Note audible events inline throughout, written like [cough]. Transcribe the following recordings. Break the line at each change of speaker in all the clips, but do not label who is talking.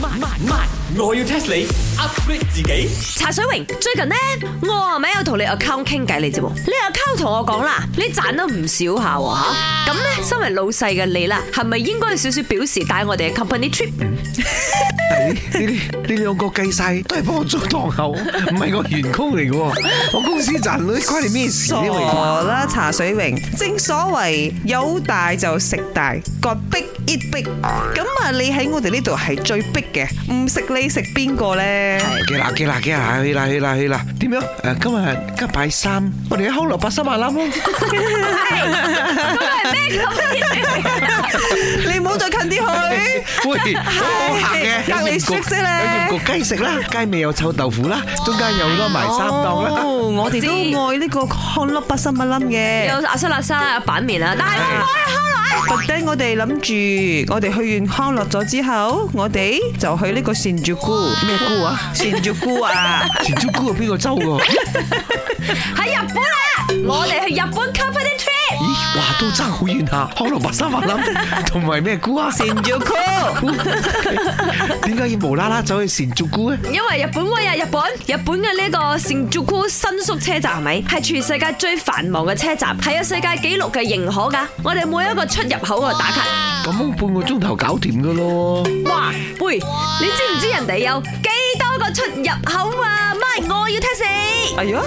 慢慢我要 test 你 upgrade 自己。
茶水榮最近呢，我係咪有同你 account 傾偈嚟啫喎？你 account 同我講啦，你賺得唔少下喎吓。咁呢，身為老細嘅你啦，係咪應該有少少表示帶我哋嘅 company trip？
呢啲呢兩個計晒都係幫我做堂口，唔係我員工嚟嘅喎。我公司賺到關你咩事
傻
呢？喂
啦，茶水榮，正所謂有大就食大，割逼 eat 逼，咁啊你喺我哋呢度係最逼嘅，唔食你食邊個呢？
嘅啦嘅啦嘅啦，去啦去啦去啦，點樣？誒，今日今日拜三，我哋喺康樂八三萬攬咯。
咁係咩 company trip？
你唔好再近啲去。
[laughs] 喂，好行嘅，
[laughs] 隔離
有鹽焗
雪啫咧
有鹽焗雞食啦，街尾有臭豆腐啦，中間有多埋三檔啦。
哦我哋
知
都愛呢個康粒不心不冧嘅。
有阿沙拉沙有板面啦，但係我冇去開來。
特登我哋諗住，我哋去完康樂咗之後，我哋就去呢個善住菇咩菇啊？善住菇啊！
前珠菇係邊個州 [laughs] 㗎？
喺日本啊！我哋去日本 company trip。
咦，哇，都爭好遠下，康樂八三萬攬同埋咩菇啊？
善住菇，
點解要無啦啦走去前珠菇咧？
因為日本威啊，日本日本嘅呢個新竹區新宿車站係咪係全世界最繁忙嘅車站，係有世界紀錄嘅認可㗎。我哋每一個出入口嗰度打卡。
咁半個鐘頭搞掂㗎咯。
哇，喂，你知唔知人哋有幾多個出入口啊？咪我要 test 你。
哎呀！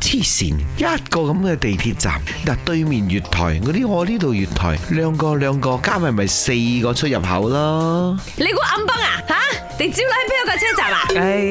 黐線，一個咁嘅地鐵站，嗱對面月台嗰啲，我呢度月台兩個兩個加埋咪四個出入口啦。
你估暗崩啊？吓，你招喺邊一個車站啊？
唉，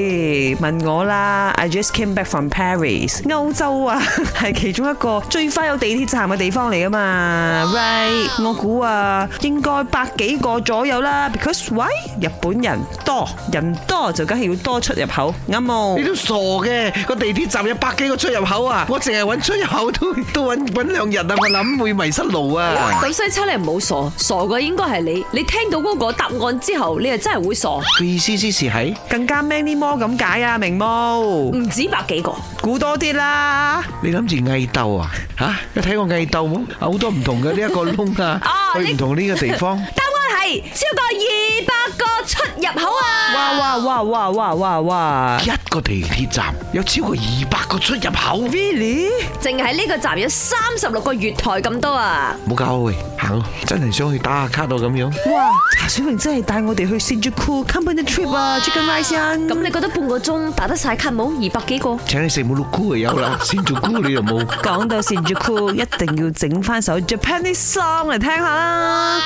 問我啦，I just came back from Paris，歐洲啊， [laughs] 係其中一個最快有地鐵站嘅地方嚟噶嘛，right？我估啊，應該百幾個左右啦，because why？日本人多，人多就梗係要多出入口，啱冇
你？都傻嘅，個地鐵站有百幾個出入口啊！我淨係揾出入口都 [laughs] 都揾揾兩日啊！我諗會迷失路啊！
咁西差你唔好傻，傻嘅應該係你。你聽到嗰個答案之後，你係真係會傻，
佢意思之是係
更加 many more 咁解啊，明冇？
唔止百幾個。
估多啲啦，
你諗住蟻鬥啊？嚇！你睇過蟻鬥冇？好多唔同嘅呢一個窿啊
哦，
去
你
唔同呢個地方。
答案係超過二百個出入口啊！
哇哇哇哇哇哇哇
一個地鐵站有超過二百個出入口，
，really？
淨係呢個站有三十六個月台咁多啊！
冇搞喂，行咯！真係想去打下卡到咁樣。
哇，茶水榮真係帶我哋去 Shinjuku company trip 啊，Chicken Rice 啊！
咁你覺得半個鐘打得晒卡冇？二百幾個？
請你食冇碌菇就有啦，先做菇你又冇。
講到 Shinjuku，一定要整翻首 Japanese song 嚟聽下啦。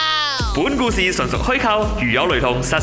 本故事純屬虛構，如有雷同，實